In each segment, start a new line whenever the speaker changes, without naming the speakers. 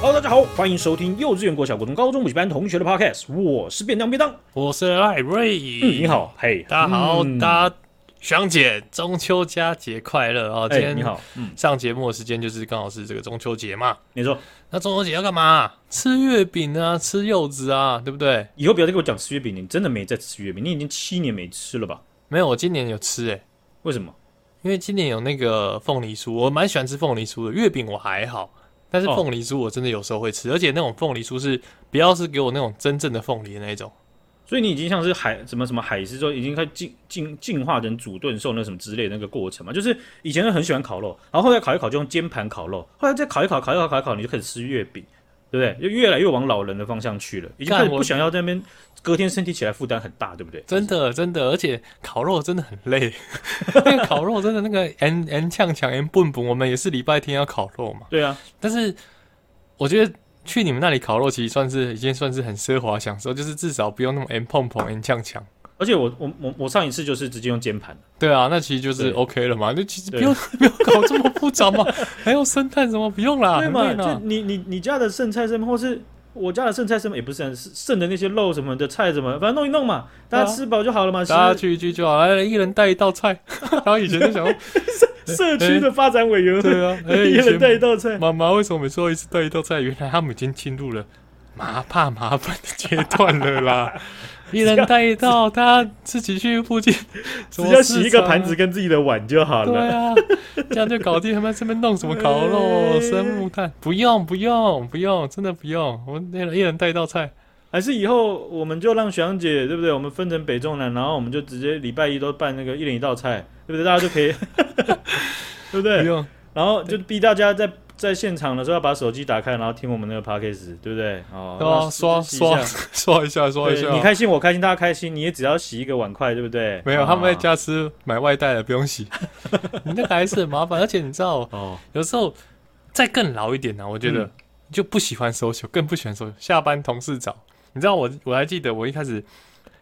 Hello，大家好，欢迎收听幼稚园、国小、国中、高中补习班同学的 Podcast，我是便当便当。
我是赖瑞、
嗯，你，好，嘿，
大家好，
嗯
大家想姐中秋佳节快乐哦！
哎、
今天
你好，嗯，
上节目的时间就是刚好是这个中秋节嘛。
你说
那中秋节要干嘛？吃月饼啊，吃柚子啊，对不对？
以后不要再给我讲吃月饼，你真的没在吃月饼，你已经七年没吃了吧？
没有，我今年有吃诶、
为什么？
因为今年有那个凤梨酥，我蛮喜欢吃凤梨酥的。月饼我还好，但是
哦
凤梨酥我真的有时候会吃，而且那种凤梨酥是不要是给我那种真正的凤梨的那一种。
所以你已经像是海什么什么海狮说已经开始进进进化成煮炖兽那什么之类的那个过程嘛，就是以前很喜欢烤肉，然后后来烤一烤就用煎盘烤肉，后来再烤一烤烤一烤烤一烤，你就开始吃月饼，对不对？就越来越往老人的方向去了，已经开始
干我
不想要在那边隔天身体起来负担很大，对不对？
真的真的，而且烤肉真的很累， 那个烤肉真的那个 n n 呛呛 n 蹦蹦，我们也是礼拜天要烤肉嘛。
对啊，
但是我觉得去你们那里烤肉，其实算是已经算是很奢华享受，就是至少不用那么 n 碰碰 n 呛呛。
而且我我我我上一次就是直接用煎盘。
对啊，那其实就是
对
OK 了嘛，那其实不
对
用 不用搞这么复杂嘛，还有生蛋什么不用啦，
对
啊很
嘛？
累
就
啦。
你你你家的剩菜剩，或是我家的剩菜剩，也不是剩是剩的那些肉什么的菜什么，反正弄一弄嘛，大家吃饱就好了嘛。
啊大家
是
去一聚就好，来一人带一道菜。 然后以前就想说，
社区的发展委员会，
对啊，哎、
一
以前
人带一道菜。
妈妈为什么每次都一次带一道菜？原来他们已经进入了麻怕麻烦的阶段了啦。 一人带一道，他自己去附 近，
只要洗一个盘子。跟自己的碗就好
啊对
了。
啊，这样就搞定。他们这边弄什么烤 肉、
哎
生木炭？不用，不用，不用，真的不用。我们一人一人带一道菜。
还是以后我们就让学长姐，对不对？我们分成北中南，然后我们就直接礼拜一都办那个一人一道菜，对不对？大家就 可以， 对不
不
对？
用，
然后就逼大家在在现场的时候要把手机打开，然后听我们那个 podcast，对不对？哦，
对啊，刷
休息一下
刷刷一下，刷一
对，
下。
你，开心我开心，大家开心，你也只要洗一个碗筷，对不对？
没有，
啊
他们在家吃买外带的，不用 洗。你那个还是很麻烦，而且你知道，
哦，
有时候再更老一点呢、我觉得、
嗯
就不喜欢 social，更不喜欢 social。下班同事找，你知道我我还记得我一开始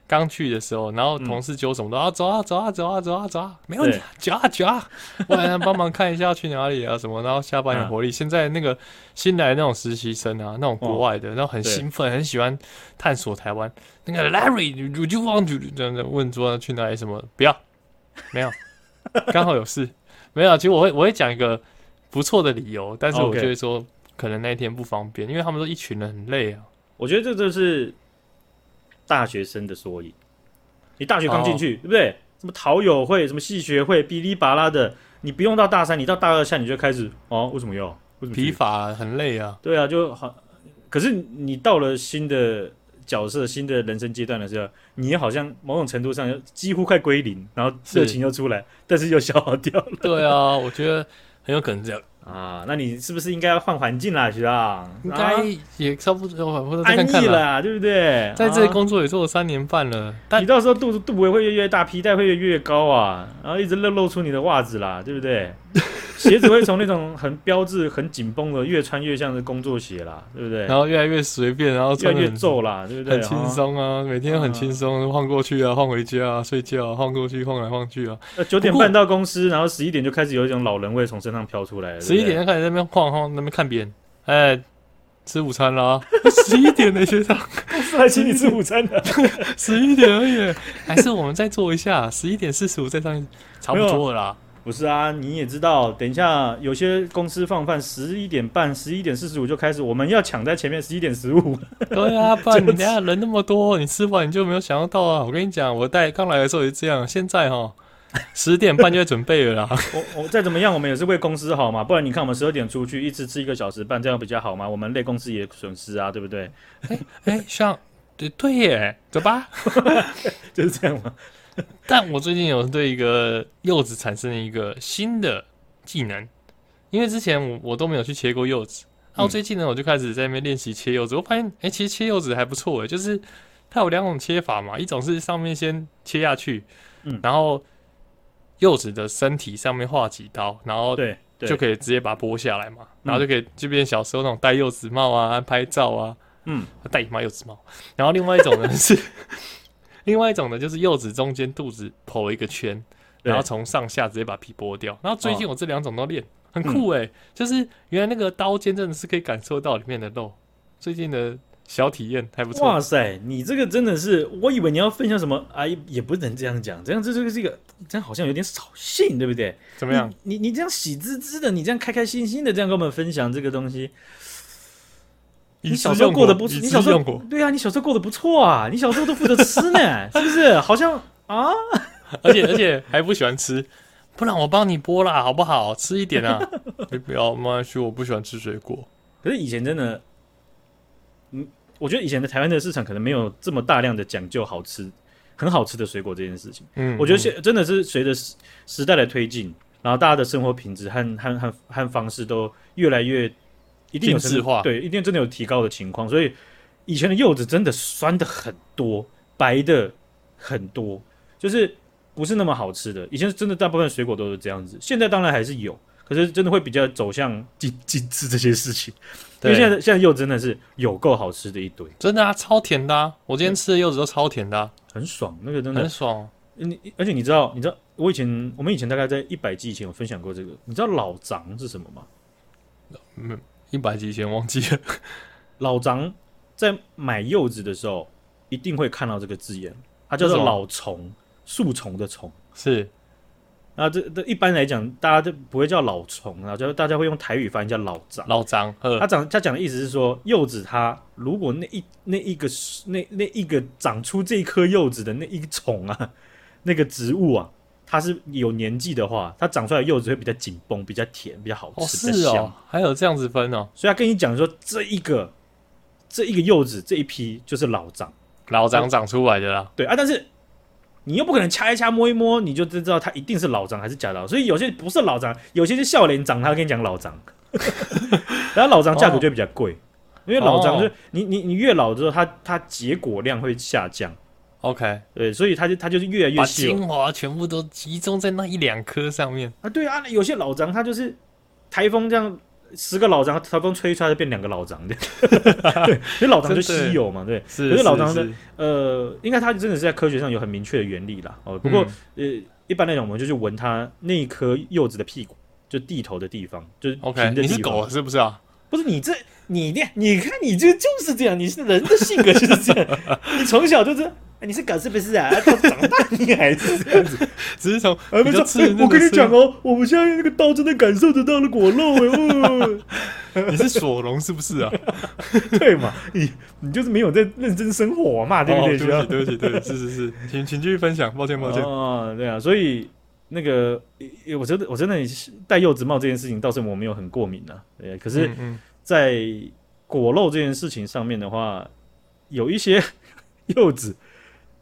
刚去的时候，然后同事揪什
嗯
么都、啊走啊走啊走啊走啊走啊，没问题啊，走啊 走啊，我还能帮忙看一下去哪里啊什么，然后下班有
嗯
活力。现在那个新来的那种实习生啊，那种国外的，然后很
哦对
兴奋，很喜欢探索台湾。那个 Larry，you you want to 这样子问说去哪里什么？不要，没有，刚好有事，没有。其实我会我会讲一个不错的理由，但是我
OK
就会说可能那一天不方便，因为他们说一群人很累啊。
我觉得这就是大学生的缩影。你大学刚进
哦
去，对不对？什么陶友会、什么系学会、哔哩吧啦的，你不用到大三，你到大二下你就开始哦，为什么要？为什么去
疲？乏很 累啊，
对啊，就好。可是你到了新的角色、新的人生阶段的时候，你也好像某种程度上几乎快归零，然后热情又出来，但是又消耗掉了。
对啊，我觉得很有可能这样，
啊，那你是不是应该要换环境啦，学长？
应
啊
该也差不多，我我再看
安
看
逸
啦。
啦，对不对？
在这
啊
里工作也做了三年半了，但
你到时候肚子肚围会越来越大，皮带会越来越高啊，然后一直露露出你的袜子啦，对不对？鞋子会从那种很标志、很紧绷的，越穿越像是工作鞋啦，对不对
然？后越来越随便，然后
越
穿
来
得
越
很
皱啦，对不对？
很轻
啊。
松啊，每天都很轻松，晃过去啊，晃回家啊，睡觉啊，晃过去，晃来晃去啊，
呃，九点
不过
半到公司，然后十一点就开始有一种老人味从身上飘出来了。对不
十
对
一 点就开始在那边晃晃，那边看别人，哎，吃午餐啦， 十一点的学长，
公司来请你吃午餐的，
十一点而已，还是我们再做一下，十一点四十五再上去，差不多了啦。
不是啊？你也知道，等一下有些公司放饭，十一点半、十一点四十五就开始，我们要抢在前面十一点十五。
对啊，不然你等一下人那么多，你吃完你就没有想象到啊。我跟你讲，我带刚来的时候也是这样，现在哈十点半就在准备了啦。
我我再怎么样，我们也是为公司好嘛，不然你看我们十二点出去，一次吃一个小时半，这样比较好嘛，我们累公司也损失啊，对不对？
哎，像对对耶，走吧。
就是这样嘛。
但我最近有对一个柚子产生了一个新的技能，因为之前我我都没有去切过柚子，然
嗯
后最近呢我就开始在那边练习切柚子，我发现哎、诶其实切柚子还不错哎，就是它有两种切法嘛，一种是上面先切下去，
嗯
然后柚子的身体上面划几刀，然后
对对，嗯
哦就可以直接把它剥下来嘛，然后就可以就变小时候那种戴柚子帽啊、拍照啊，
嗯，
戴姨妈柚子帽。然后另外一种呢 是，另外一种呢就是柚子中间肚子剖一个圈，
对
然后从上下直接把皮剥掉。然后最近我这两种都练，很酷
嗯
哎、就是原来那个刀尖真的是可以感受到里面的肉，最近的小体验还不错
哇。塞，你这个真的是，我以为你要分享什么，哎，也不能这样讲，这样这就是一个，这样好像有点扫兴，对不对？
怎么样？
你你你这样喜滋滋的，你这样开开心心的，这样跟我们分享这个东西，
以
你
之
小时候
用
过得
火
不是？
以
你
之
小时候
用火
对啊，你小时候过得不错啊，你小时候都负责吃 呢，是不是？好像啊，
而且而且还不喜欢吃，不然我帮你剥啦，好不好？吃一 点啊！你不要，妈去，我不喜欢吃水果。
可是以前真的，嗯，我觉得以前的台湾的市场可能没有这么大量的讲究好吃、很好吃的水果这件事情。
嗯，
我觉得
嗯
现真的是随着时时代的推进，然后大家的生活品质和和和和方式都越来越一定有
精致化
对，一定真的有提高的情况。所以以前的柚子真的酸的很多，白的很多，就是不是那么好吃的。以前真的大部分水果都是这样子，现在当然还是有，可是真的会比较走向精精致这些事情。因
对
为现在现在柚子真的是有够好吃的一堆，
真的啊，超甜的、啊！我今天吃的柚子都超甜的啊、
很爽，那嗯个真的
很爽。
你而且你知道，你知道我以前我们以前大概在一百集以前有分享过这个，你知道老张是什么吗？
嗯，一百集以前忘记了。
老张在买柚子的时候一定会看到这个字眼，它叫做
为什么
老虫，树虫的虫。
是
那这这一般来讲，大家都不会叫老虫啊，就大家会用台语翻译叫老张。
老张，呃
他，讲他讲的意思是说，柚子它如果那一那一个那那一个长出这一颗柚子的那一丛啊， 那个植物啊，它是有年纪的话，它长出来的柚子会比较紧绷、比较甜、比较好
哦
吃、比
是
较香
哦。，还有这样子分哦，
所以他跟你讲说，这一个这一个柚子这一批就是老长，
老张长出来的啦。
对啊，但是。你又不可能掐一掐、摸一摸，你就知道它一定是老张还是假老，所以有些不是老张，有些是笑脸长，他跟你讲老 张，然后老张价格就会比较贵，因为老张
哦
就是、你你你越老之后，它它结果量会下降，
OK，
对，所以它就它就是越来越
把
稀有
精华全部都集中在那一两颗上面。
啊，对啊，有些老张它就是台风这样。十个老张，台风吹出来就变两个老张的，对， 因为老张就
真的
稀有嘛，对，
是，
可是老张
是
的呃，应该它真的是在科学上有很明确的原理啦。哦，不过、
嗯
呃，一般来讲，我们就去闻它那一颗柚子的屁股，就地头的地方，就是平
OK，
的地
你
方。
是狗是不是啊？
不是你这你那你看你这就是这样，你是人的性格就是这 样，你从小就是、哎你是狗是不是啊？啊长大你还是这样子。
只是从
哎
比
没
较
错
刺
哎
那个
我跟你
刺
讲哦，我们现在那个刀真的感受得到了果肉哎、哦，
你是索隆是不是啊？
对嘛？你你就是没有在认真生活嘛，对不对？
哦
学
对
长
不起，对不起，对不 起，是是是，请请继续分享，抱歉抱歉。嗯
哦，对啊，所以那个，呃我真的我真的是戴柚子帽这件事情倒是我没有很过敏啊。对，可
可
是
嗯，嗯
在果肉这件事情上面的话，有一些 柚子，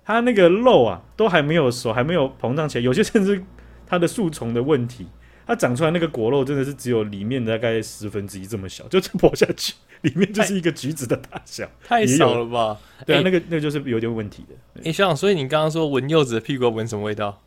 它那个肉啊都还没有熟，还没有膨胀起来，有些甚至它的树丛的问题。它长出来那个果肉真的是只有里面大概十分之一这么小，就这么剥下去，里面就是一个橘子的大小。
太
也有
少了吧？
对啊，
哎
那个那个就是有点问题的。对
诶，学长，所以你刚刚说闻柚子的屁股闻什么味道？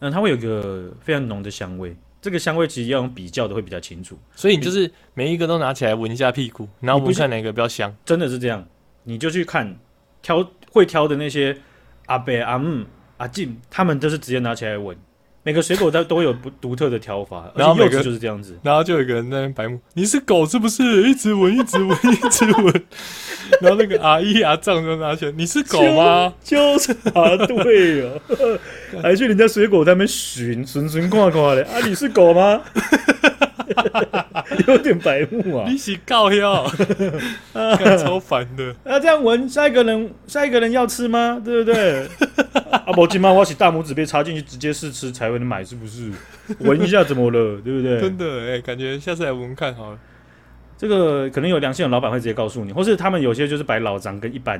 嗯，它会有一个非常浓的香味，这个香味其实要用比较的会比较清楚，
所以你就是每一个都拿起来闻一下屁股，然后
你不
闻
是
看哪个比较香。
真的是这样。你就去看挑会挑的那些阿伯、阿姆、阿进，他们都是直接拿起来闻，每个水果它都有不独特的挑法，
然后
而且柚
每个
子就是这样子。
然后就有一个人在那边白目，你是狗是不是？一直闻，一直闻，一直 闻。然后那个阿姨阿丈就拿起来，你是狗吗？
就是啊，对哦，还去人家水果摊那边寻寻寻看看嘞。啊，你是狗吗？ 有点白目啊
你是狗 哟，干超烦的。
那、这样闻，下一个人下一个人要吃吗？对不对？ 啊阿伯金妈，我要起大拇指被插进去，直接试吃才会买，是不是？闻一下怎么了？对不对
真？的哎、感觉下次来闻看好了。
这个可能有良心的老板会直接告诉你，或是他们有些就是摆老张跟一般，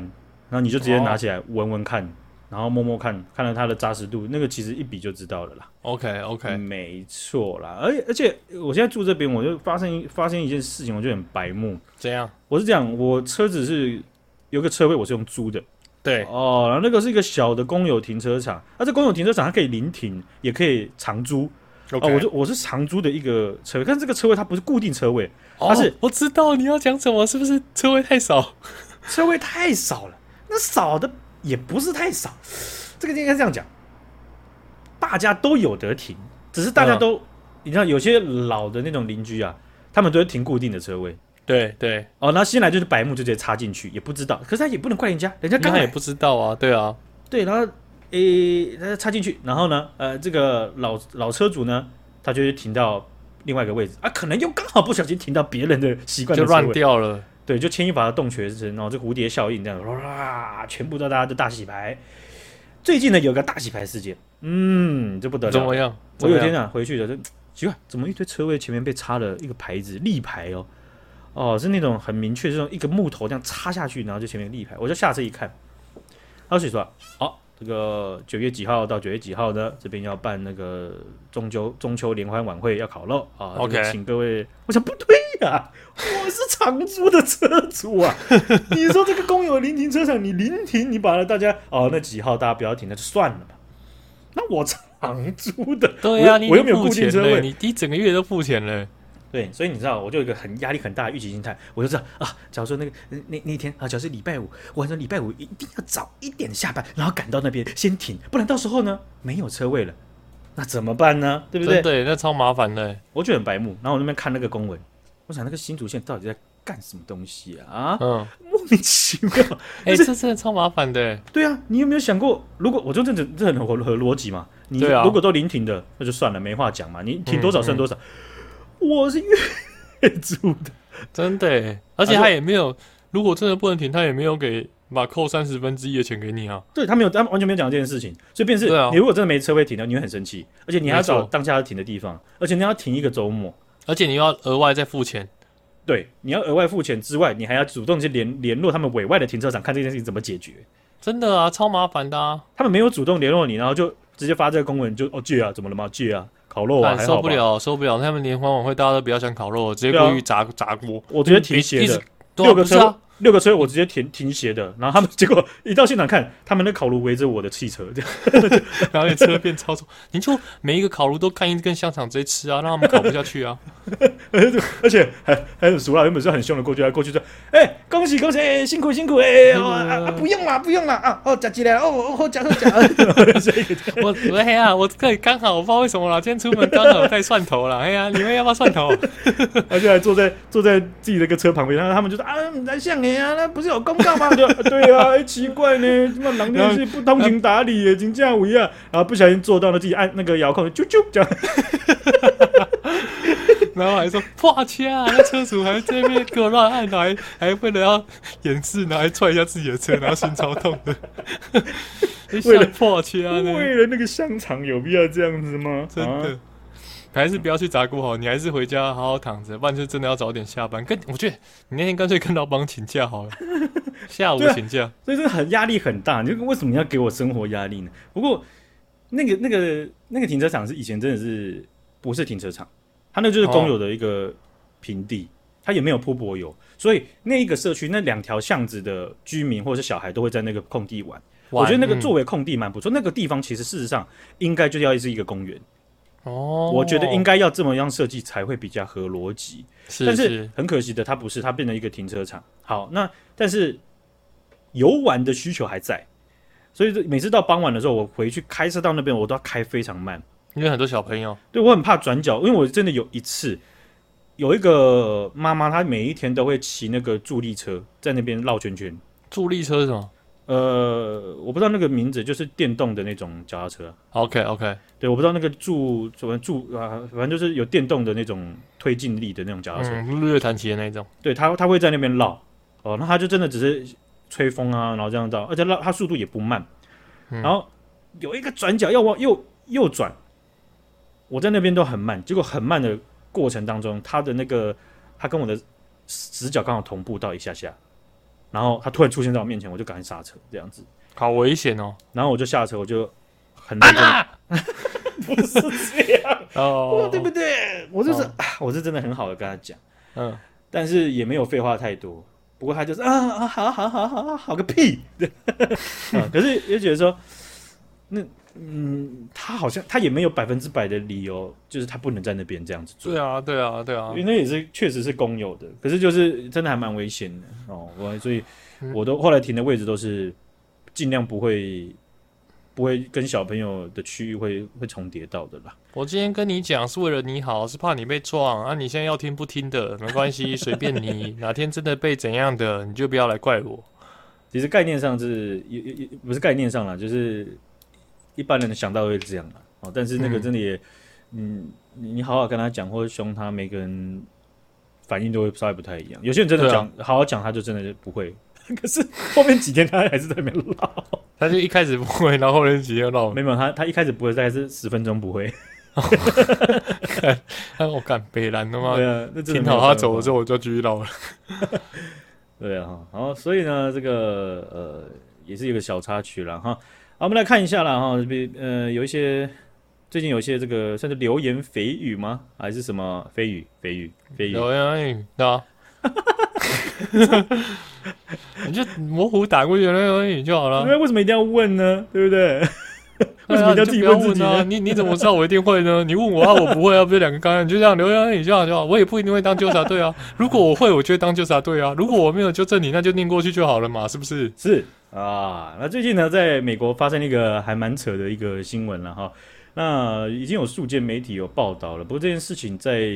然后你就直接拿起来闻闻看，然后摸摸看，看了它的扎实度，那个其实一比就知道了啦。
OK OK，、
没错啦，而且而且我现在住这边，我就发生发生一件事情，我就很白目。
怎样？
我是这样，我车子是有个车位，我是用租的。
对，
哦，然后那个是一个小的公有停车场，啊那、这公有停车场它可以临停，也可以长租。
o
哦，我就我是长租的一个车位，但这个车位它不是固定车位，
哦
它是
我知道你要讲什么，是不是车位太少？
车位太少了，那少的也不是太少，这个应该这样讲，大家都有得停，只是大家
嗯
都你知道有些老的那种邻居啊，他们都会停固定的车位。
对对，
哦，那新来就是白目就直接插进去，也不知道，可是他也不能怪人家，人家
刚
刚
才
来
也不知道啊，对啊，
对，然后诶，他插进去，然后呢，呃，这个老老车主呢，他就停到另外一个位置啊，可能又刚好不小心停到别人的习惯
就
的车
乱
位，
掉了。
对，就牵一发动全身，然后这蝴蝶效应这样，哇，全部都大家都大洗牌。最近呢，有个大洗牌事件，嗯，这不得
怎
了
么。样？
我有一天
啊，
啊回去的就奇怪，怎么一堆车位前面被插了一个牌子立牌哦，哦，是那种很明确，这种一个木头这样插下去，然后就前面有立牌。我就下车一看，他就写说，哦，这个九月几号到九月几号呢，这边要办那个中秋中秋联欢晚会要烤肉啊这个
OK
请各位，我想不对呀、我是长租的车主啊， 你说这个公有临停车场，你临停，你把大家哦那几号大家不要停，那就算了吧。那我长租的，
对
我
啊，
又
你
我又没有
付
固定
钱
车
了，
位，
你一整个月都付钱了。
对，所以你知道，我就有一个很压力很大的预期心态，我就知道啊，假如说那个呃那那天啊，假如是礼拜五，我晚上礼拜五一定要早一点下班，然后赶到那边先停，不然到时候呢没有车位了，那怎么办呢？对不对？
真的耶，那超麻烦的。
我就很白目，然后我那边看那个公文，我想那个新竹县到底在干什么东西啊？啊
嗯，
莫名其妙。
哎，
不是
这真的超麻烦的。
对啊，你有没有想过，如果我就这这这很合合逻辑嘛？你
对啊
如果都临停的，那就算了，没话讲嘛。你停多少算多少。
嗯
我是月租的，
真的耶，而且
啊
他也没有，如果真的不能停，他也没有给把扣三十分之一的钱给你啊。
对他没有，他完全没有讲这件事情，所以便是、
对啊
你如果真的没车位停了，你会很生气，而且你还要
没错
找当下要停的地方，而且你要停一个周末，
而且你又要额外再付钱，
对，你要额外付钱之外，你还要主动去联联络他们委外的停车场，看这件事情怎么解决。
真的啊，超麻烦的啊，
他们没有主动联络你，然后就直接发这个公文，就哦借啊，怎么了吗？借啊，烤肉啊，
哎
还
受
好
不
吧。
了，受不了。他们联欢晚会大家都不要想烤肉了，直接过去砸砸锅，
我直接提
一
鞋
直
的，
对啊
六个
不是
车、
啊，
六个车我直接停停斜的，然后他们 结果一到现场看，他们的烤炉围着我的汽车，这样
然后你车变超重，你就每一个烤炉都干一根香肠直接吃啊，让他们烤不下去啊。
而且还还很熟了，原本是很凶的过去，还过去说，哎、恭喜恭喜，哎辛苦辛苦，哎、哦啊
嗯
啊，不用啦不用啦啊，哦，夹起来哦哦，好夹好夹，
我哎呀，我这里刚好我不知道为什么啦，今天出门刚好带蒜头啦。哎呀，你们要不要蒜头？
而且还坐在坐在自己的一个车旁边，然后他们就说啊，来像你啊，那不是有公告吗？ 就对啊，哎奇怪呢，他妈狼电视不通情达理耶，金价五样，然后不小心坐到了自己按那个遥控，啾啾这样。
然后还说破切啊，那车主还在那边给我乱按，然后还还为了要掩饰，然后还踹一下自己的车，然后心超痛的。 你
为了
想破切啊，那
为了那个香肠，有必要这样子吗？
真的
啊、。
还是不要去砸锅好，你还是回家好好躺着，不然就真的要早点下班。跟我觉得你那天干脆跟老板请假好了，下午
对啊
请假。
所以这很压力很大。你就为什么要给我生活压力呢？不过那个那个那个停车场是以前真的是不是停车场，它那就是公有的一个平地，它也没有铺柏油，所以那一个社区那两条巷子的居民或者是小孩都会在那个空地玩。我觉得那个
晚
作为空地蛮不错，那个地方其实事实上应该就要是一个公园，
嗯哦，
我觉得应该要这么样设计才会比较合逻辑。
是
但
是
是很可惜的，它不是，它变成一个停车场。好，那但是游玩的需求还在，所以这每次到傍晚的时候，我回去开车到那边，我都要开非常慢。
因为很多小朋友
对我很怕转角，因为我真的有一次有一个妈妈，她每一天都会骑那个助力车在那边绕圈圈。
助力车是什么
呃，我不知道那个名字，就是电动的那种脚踏车。
？OK OK，
对，我不知道那个助什么助啊，反正就是有电动的那种推进力的那种脚踏车。
嗯，日月弹琴的那种，
对他他会在那边绕哦，那他就真的只是吹风啊，然后这样绕，而且绕他速度也不慢，
嗯
然后有一个转角要往右右转，我在那边都很慢，结果很慢的过程当中，他的那个他跟我的死角刚好同步到一下下，然后他突然出现在我面前，我就赶紧刹车这样子，
好危险哦。
然后我就下车，我就很认真，不是这样，
哦，
对不对？我就是、
哦
啊我是真的很好的跟他讲。
嗯，
但是也没有废话太多。不过他就是啊啊，好好好好好好个屁， 啊、可是也觉得说，那嗯，他好像他也没有百分之百的理由，就是他不能在那边这样子做
对，啊，对啊，对啊
因为，那也是确实是公有的，可是就是真的还蛮危险的
嗯
哦。我所以我都后来停的位置都是尽量不会不会跟小朋友的区域会会重叠到的啦。
我今天跟你讲是为了你好，是怕你被撞啊！你现在要听不听的没关系，随便 你。哪天真的被怎样的，你就不要来怪我。
其实概念上是也也也不是概念上啦，就是一般人想到会这样啦。哦，但是那个真的也，嗯，你你好好跟他讲或者凶他，每个人反应都会稍微不太一样。有些人真的
对啊
讲、好好讲，他就真的就不会。可是后面几天他还是在那边唠，
他就一开始不会，然后后面直接闹我
没。有他他一开始不会，大概是十分钟不会。
哎我干北兰的吗
对？啊，那真的
听
没有
好他走
办
了
法
之后，我就继续闹了。
对啊，哈好，所以呢，这个呃也是一个小插曲了哈。好，我们来看一下啦哈，这边呃有一些最近有一些这个算是流言蜚语吗？还是什么蜚语？蜚语？蜚语？
有哎，对 啊，你就模糊打过去了而已就好了。
那为什么一定要问呢？对不对？为什么一定自己
对啊
问
你
自
就不
己
要问啊？
呢？
你你怎么知道我一定会呢？你问我啊，我不会啊，不是两个刚刚你就这样留言而已就好就好。我也不一定会当纠察队 啊。如果我会，我就会当纠察队啊。如果我没有纠正你，那就念过去就好了嘛，是不是？
是啊，那最近呢，在美国发生一个还蛮扯的一个新闻了哈。那已经有数间媒体有报道了，不过这件事情在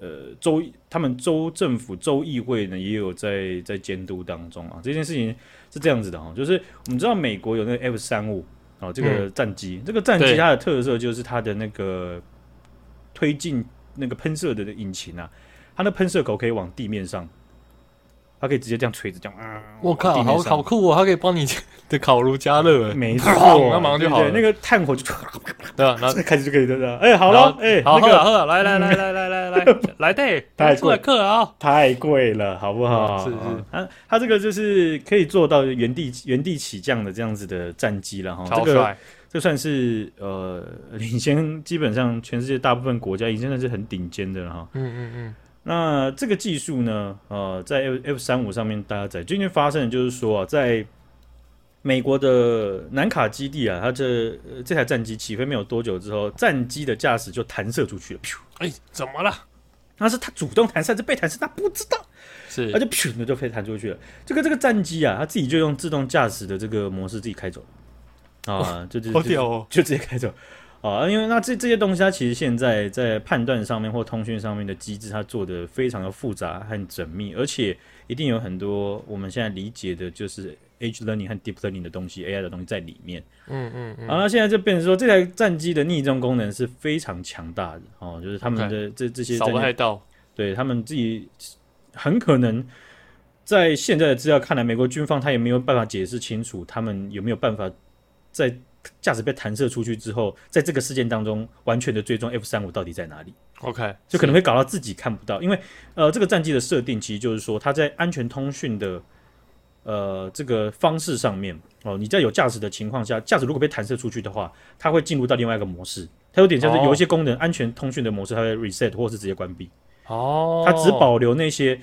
呃州他们州政府州议会呢也有在在监督当中啊。这件事情是这样子的哈，就是我们知道美国有那个 F 三五哦，这个战机，这个战机
对
它的特色就是它的那个推进那个喷射的引擎啊，它的喷射口可以往地面上，它可以直接这样垂着这样。啊
我
地
靠，
面
好
上
好酷哦！它可以帮你 的烤炉加热，哎
没
砰
错，
那马上就好了
对不对那个炭火就
对啊，然后
开始就可以对不对？哎，好
然
了
后，
哎，
好
那
喝
个嗯
啊喝啊，来来来 来来来来来对，
太
出来
贵
客啊！
太贵了，好不好？
是是，
它它这个就是可以做到原地原地起降的这样子的战机了哈，嗯
超
这个
帅，
这算是呃 领先，基本上全世界大部分国家已经算是很顶尖的了哈。
嗯嗯嗯，
那这个技术呢，呃，在 F F 三五上面搭载，最近发生的就是说啊，在美国的南卡基地啊，它这、呃这台战机起飞没有多久之后，战机的驾驶就弹射出去了，噗！
哎，怎么了？
那是它主动弹射，还是被弹射，它不知道，
是
它就噗的就飞弹出去了。这个这个战机啊，它自己就用自动驾驶的这个模式自己开走了啊，就就
好
就
屌哦！
就直接开走啊，因为那这这些东西，它其实现在在判断上面或通讯上面的机制，它做的非常的复杂和缜密，而且一定有很多我们现在理解的，就是 H learning 和 deep learning 的东西，AI 的东西在里面。
嗯嗯嗯，
好，那现在就变成说，这台战机的逆中功能是非常强大的哦，就是他们的这这些
扫
战
不
机
太到，
对他们自己很可能在现在的资料看来，美国军方他也没有办法解释清楚，他们有没有办法在驾驶被弹射出去之后，在这个事件当中完全的追踪 F 三五到底在哪里，
OK，
就可能会搞到自己看不到，因为呃，这个战机的设定其实就是说，它在安全通讯的呃这个方式上面哦，你在有驾驶的情况下，驾驶如果被弹射出去的话，它会进入到另外一个模式，它有点像是
哦
有一些功能、安全通讯的模式，它会 reset 或是直接关闭。
哦，
它只保留那些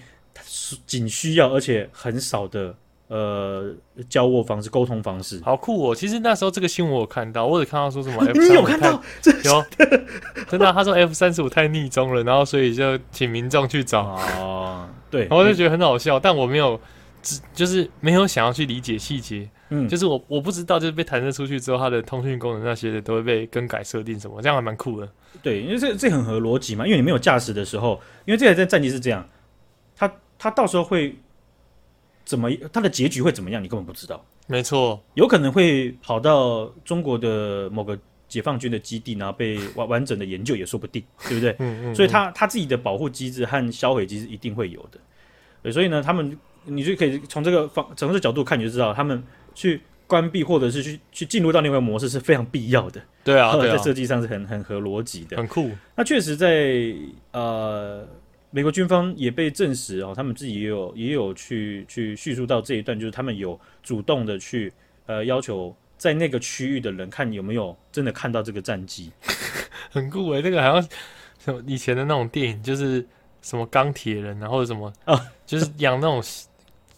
仅需要而且很少的呃交握方式、沟通方式。
好酷哦！其实那时候这个新闻我有看到，我有看到说什么 F
你有看到？这
有，真的啊、他说 F 三十五太逆中了，然后所以就请民众去找，
哦，对，
然后我就觉得很好笑，但我没有，只就是没有想要去理解细节，
嗯，
就是我我不知道，就是被弹射出去之后，它的通讯功能那些的都会被更改设定什么，这样还蛮酷的。
对，因为这这很合逻辑嘛，因为你没有驾驶的时候，因为这台战战机是这样，它它到时候会怎么，它的结局会怎么样，你根本不知道，
没错，
有可能会跑到中国的某个解放军的基地，然后被完完整的研究也说不 定，对不对？
嗯嗯，
所以
嗯
他他自己的保护机制和销毁机制一定会有的。对，所以呢，他们你就可以从这个方从这个角度看，你就知道他们去关闭或者是去去进入到另外一个模式是非常必要的，
对 啊对
在
啊，
设计上是很很合逻辑的。
很酷，
那确实在呃，美国军方也被证实哦，他们自己也有也有去去叙述到这一段，就是他们有主动的去呃要求在那个区域的人看有没有真的看到这个战机。
很酷诶、这个好像什么以前的那种电影，就是什么钢铁人，然后什么
啊
就是养那种。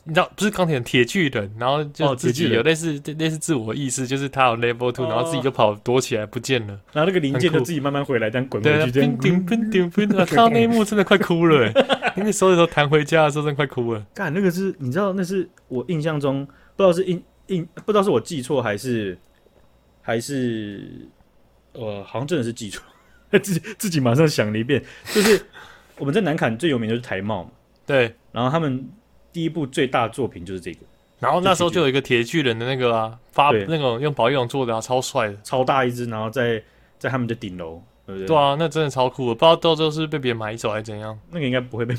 你知道不是钢铁人铁巨人，然后就
哦
自
铁
己
巨人哦
有类似、类似自我意识，就是他有 level two，、然后自己就跑躲起来不见了。
然后那个零件
很
就
酷
自己慢慢回来，但滚
对啊，
回去这样嗯
冰。顶冰顶 冰顶，啊看到那一幕真的快哭了、欸。那个时候的时候弹回家的时候真的快哭了。
干，那个是你知道，那是我印象中不知道是印印不知道是我记错还是还是呃，好像真的是记错， 自己自己马上想了一遍，就是我们在南坎最有名的就是台茂嘛，
对，
然后他们第一部最大的作品就是这个
然后那时候就有一个铁巨人的那个啊，发
对
那种用保丽龙做的啊，超帅的。
超大一只，然后在在他们的顶楼，对不对？
对啊，那真的超酷的，不知道到最后是被别人买走还是怎样。
那个应该不会被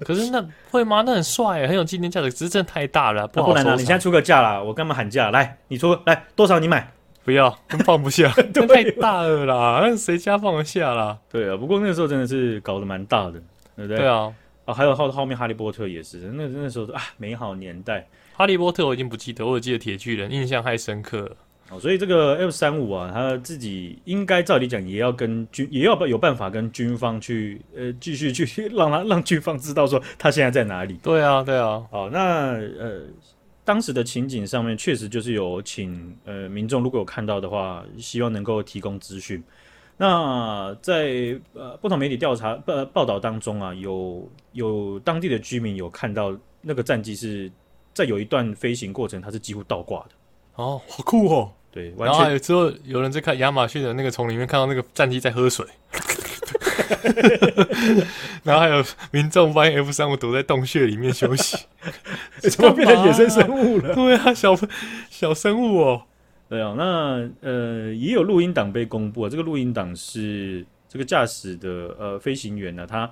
可是那会吗？那很帅耶，很有纪念价值，只是真的太大了，
那
好
然
收
呢？
藏。
啊你现在出个价啦，我干嘛喊价？来，你出来多少你买？
不要，真放 不下，那太大了
啊
啦，那谁家放得下啦？
对啊，不过那个时候真的是搞得蛮大的，对不对？
对啊，
啊，还有后后面哈利波特也是，那那时候啊美好年代
哈利波特我已经不记得，我只记得铁巨人，印象太深刻了。
哦，所以这个 F 三五啊，他自己应该照理讲也要跟军也要有办法跟军方去呃继续去让他让军方知道说他现在在哪里。
对啊，对啊，
哦，那呃当时的情景上面确实就是有请呃民众如果有看到的话，希望能够提供资讯。那在呃不同媒体调查报、呃、报道当中啊，有有当地的居民有看到那个战机是在有一段飞行过程，它是几乎倒挂的，
哦，好酷哦！
对，完
然后
全
还有之后有人在看亚马逊的那个丛林里面看到那个战机在喝水， 然后还有民众发现 F 三五躲在洞穴里面 休息。
怎么变成野生
物？
生物了？
对啊，小小生物哦。
对啊，那呃也有录音档被公布啊，这个录音档是这个驾驶的呃飞行员呢、他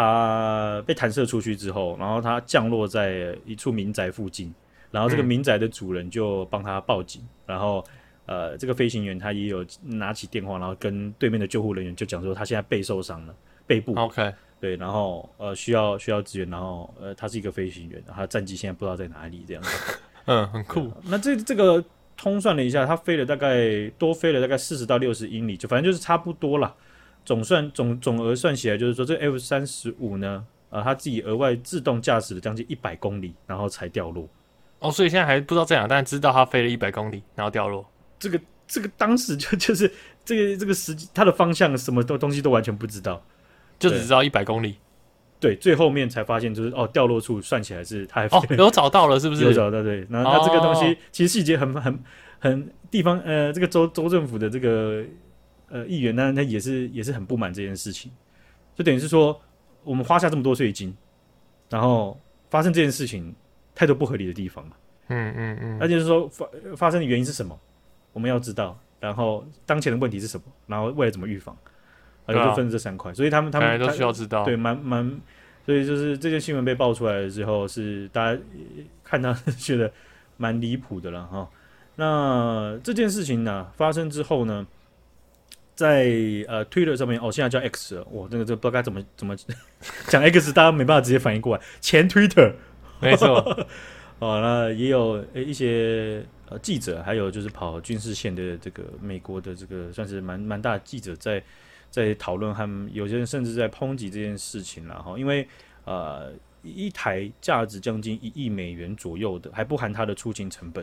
他被弹射出去之后，然后他降落在一处民宅附近，然后这个
嗯
民宅的主人就帮他报警，然后呃这个飞行员他也有拿起电话，然后跟对面的救护人员就讲说他现在背受伤了，背部
OK，
对，然后呃需要需要支援，然后呃他是一个飞行员，然后他战机现在不知道在哪里这样子。
嗯，很酷。
那这这个通算了一下，它飞了大概多飞了大概四十到六十英里，就反正就是差不多啦。总算总总额算起来，就是说这 F 三十五呢，呃，它自己额外自动驾驶了将近一百公里，然后才掉落。
哦，所以现在还不知道在哪，但知道它飞了一百公里，然后掉落。
这个这个当时就 就是这个这个时机它的方向什么都东西都完全不知道。
就
对
只知道一百公里
对，最后面才发现就是哦，掉落处算起来是它还飞
哦，有找到了是不是？
有找到对，然后它这个东西、
哦
其实细节很很很地方呃，这个州州政府的这个呃议员呢，他也是也是很不满这件事情，就等于是说我们花下这么多税金，然后发生这件事情太多不合理的地方了，
嗯嗯嗯，
而且是说发发生的原因是什么，我们要知道，然后当前的问题是什么，然后未来怎么预防，然
对
后
啊
就分这三块，所以他们他
本
们
来都
他
需要知道。
对，蛮蛮，所以就是这件新闻被爆出来了之后，是大家呃看到 觉得蛮离谱的了哈。那这件事情呢、发生之后呢，在呃 Twitter 上面，哦，现在叫 X，了哇，这个这个不知道该怎么怎么 讲 X，大家没办法直接反应过来，前 Twitter
没错，
哦，那也有呃一些呃记者，还有就是跑军事线的这个美国的这个算是蛮蛮大的记者在在讨论，他们有些人甚至在抨击这件事情了哈，因为呃一台价值将近一亿美元左右的，还不含它的出勤成本，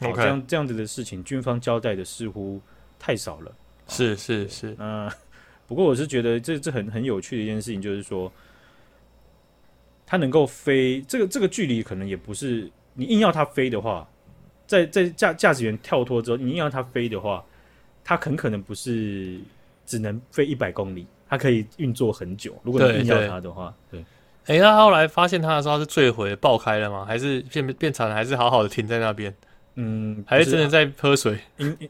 哦
OK
这样这样子的事情，军方交代的似乎太少了。
是是是，
那、不过我是觉得这这很很有趣的一件事情，就是说，它能够飞，这个这个距离可能也不是你硬要它飞的话，在在驾驾驶员跳脱之后，你硬要它飞的话，它很可能不是只能飞一百公里，它可以运作很久。如果你
对
硬要
对
它的话，对，
哎、那后来发现他的时候，他是坠毁爆开了吗？还是变变惨了？还是好好的停在那边？
嗯，
还
不
是真的在喝水？
因。 因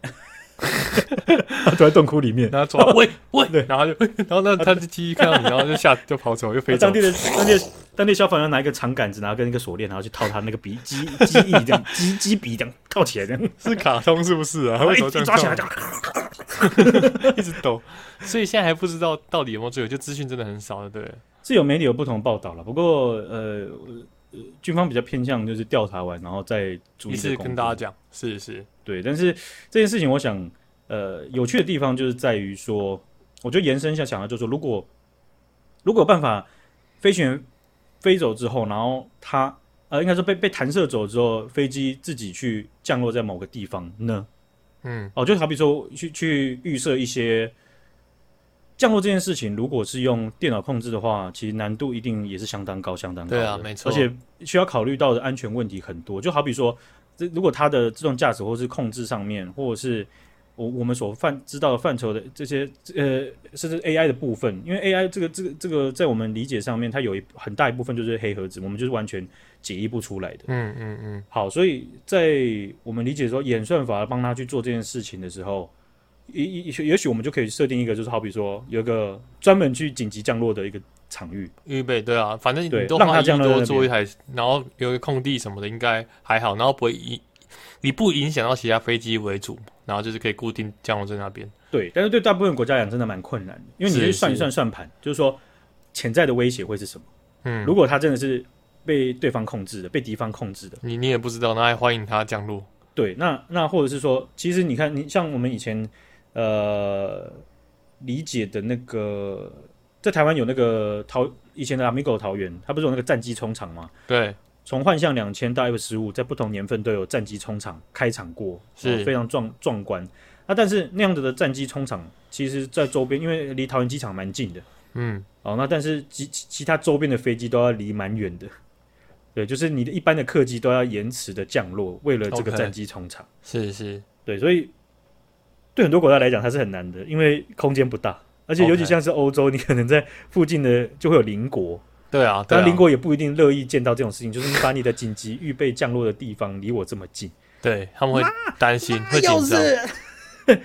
它躲在洞窟里面，
然后 抓喂喂，然后就，然后那他就鸡一看到你，然后就吓就跑走，就飞走
当。地的当地的当地消防员拿一个长杆子，然后跟一个锁链，然后去套他那个鼻鸡鸡翼这样，鸡鸡鼻这样套起来这样，
是卡通是不是啊？为
一
什么这
一
样
抓起来
动
就
一直抖，所以现在还不知道到底有没有坠毁，就资讯真的很少的，对了。
是有媒体有不同的报道了，不过呃呃，军方比较偏向就是调查完然后再逐
一
一
次
的
跟大家讲，是是，
对，但是这件事情我想呃有趣的地方就是在于说，我就延伸一下想到就是说，如果如果有办法飞行员飞走之后，然后他呃应该说被被弹射走之后，飞机自己去降落在某个地方呢？
嗯，
哦，就好比说去去预设一些降落这件事情，如果是用电脑控制的话，其实难度一定也是相当高，相当高的。
对啊没错
而且需要考虑到的安全问题很多，就好比说。这如果它的自动驾驶或是控制上面，或者是我我们所范知道的范畴的这些呃，甚至 AI 的部分，因为 AI 这个这个这个在我们理解上面，它有一很大一部分就是黑盒子，我们就是完全解译不出来的。
嗯嗯嗯，
好，所以在我们理解说演算法帮他去做这件事情的时候，也也也许我们就可以设定一个，就是好比说有一个专门去紧急降落的一个场域，
预备对啊，反正
对
你都
让
花
他
一
这样在
多
那
做一台，然后有一个空地什么的，应该还好，然后不会影，以不影响到其他飞机为主，然后就是可以固定降落在那边。
对，但是对大部分国家来讲真的蛮困难的，因为你
是
去算一
是
算算盘，就是说潜在的威胁会是什么？
嗯，
如果它真的是被对方控制的，被敌方控制的，
你你也不知道，那还欢迎他降落。
对，那那或者是说，其实你看，你像我们以前呃理解的那个，在台湾有那个桃以前的 Amigo 桃园，它不是有那个战机冲场吗？
对，
从幻象两千到 F 十五，在不同年份都有战机冲场开场过，
是
哦非常壮壮观。那、但是那样子的战机冲场，其实在周边，因为离桃园机场蛮近的，
嗯，
哦，那但是其其其他周边的飞机都要离蛮远的，对，就是你的一般的客机都要延迟的降落，为了这个
OK
战机冲场。
是是，
对，所以对很多国家来讲它是很难的，因为空间不大，而且尤其
OK
像是欧洲，你可能在附近的就会有邻国，
对啊，对
但
啊，
邻国也不一定乐意见到这种事情，就是你把你的紧急预备降落的地方离我这么近，
对他们会担心，会紧张。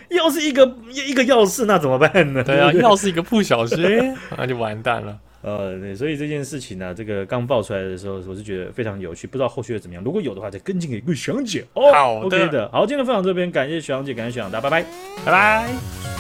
要是一个一个要是那怎么办呢？
对啊，
不
要是一个不小心， 那就完蛋了。
呃，对，所以这件事情啊呢、这个刚爆出来的时候，我是觉得非常有趣，不知道后续会怎么样。如果有的话，再跟进给各位学长姐。哦
好的
o k 的。好，今天的分享这边，感谢学长姐，感谢学长大家，拜拜。
拜拜。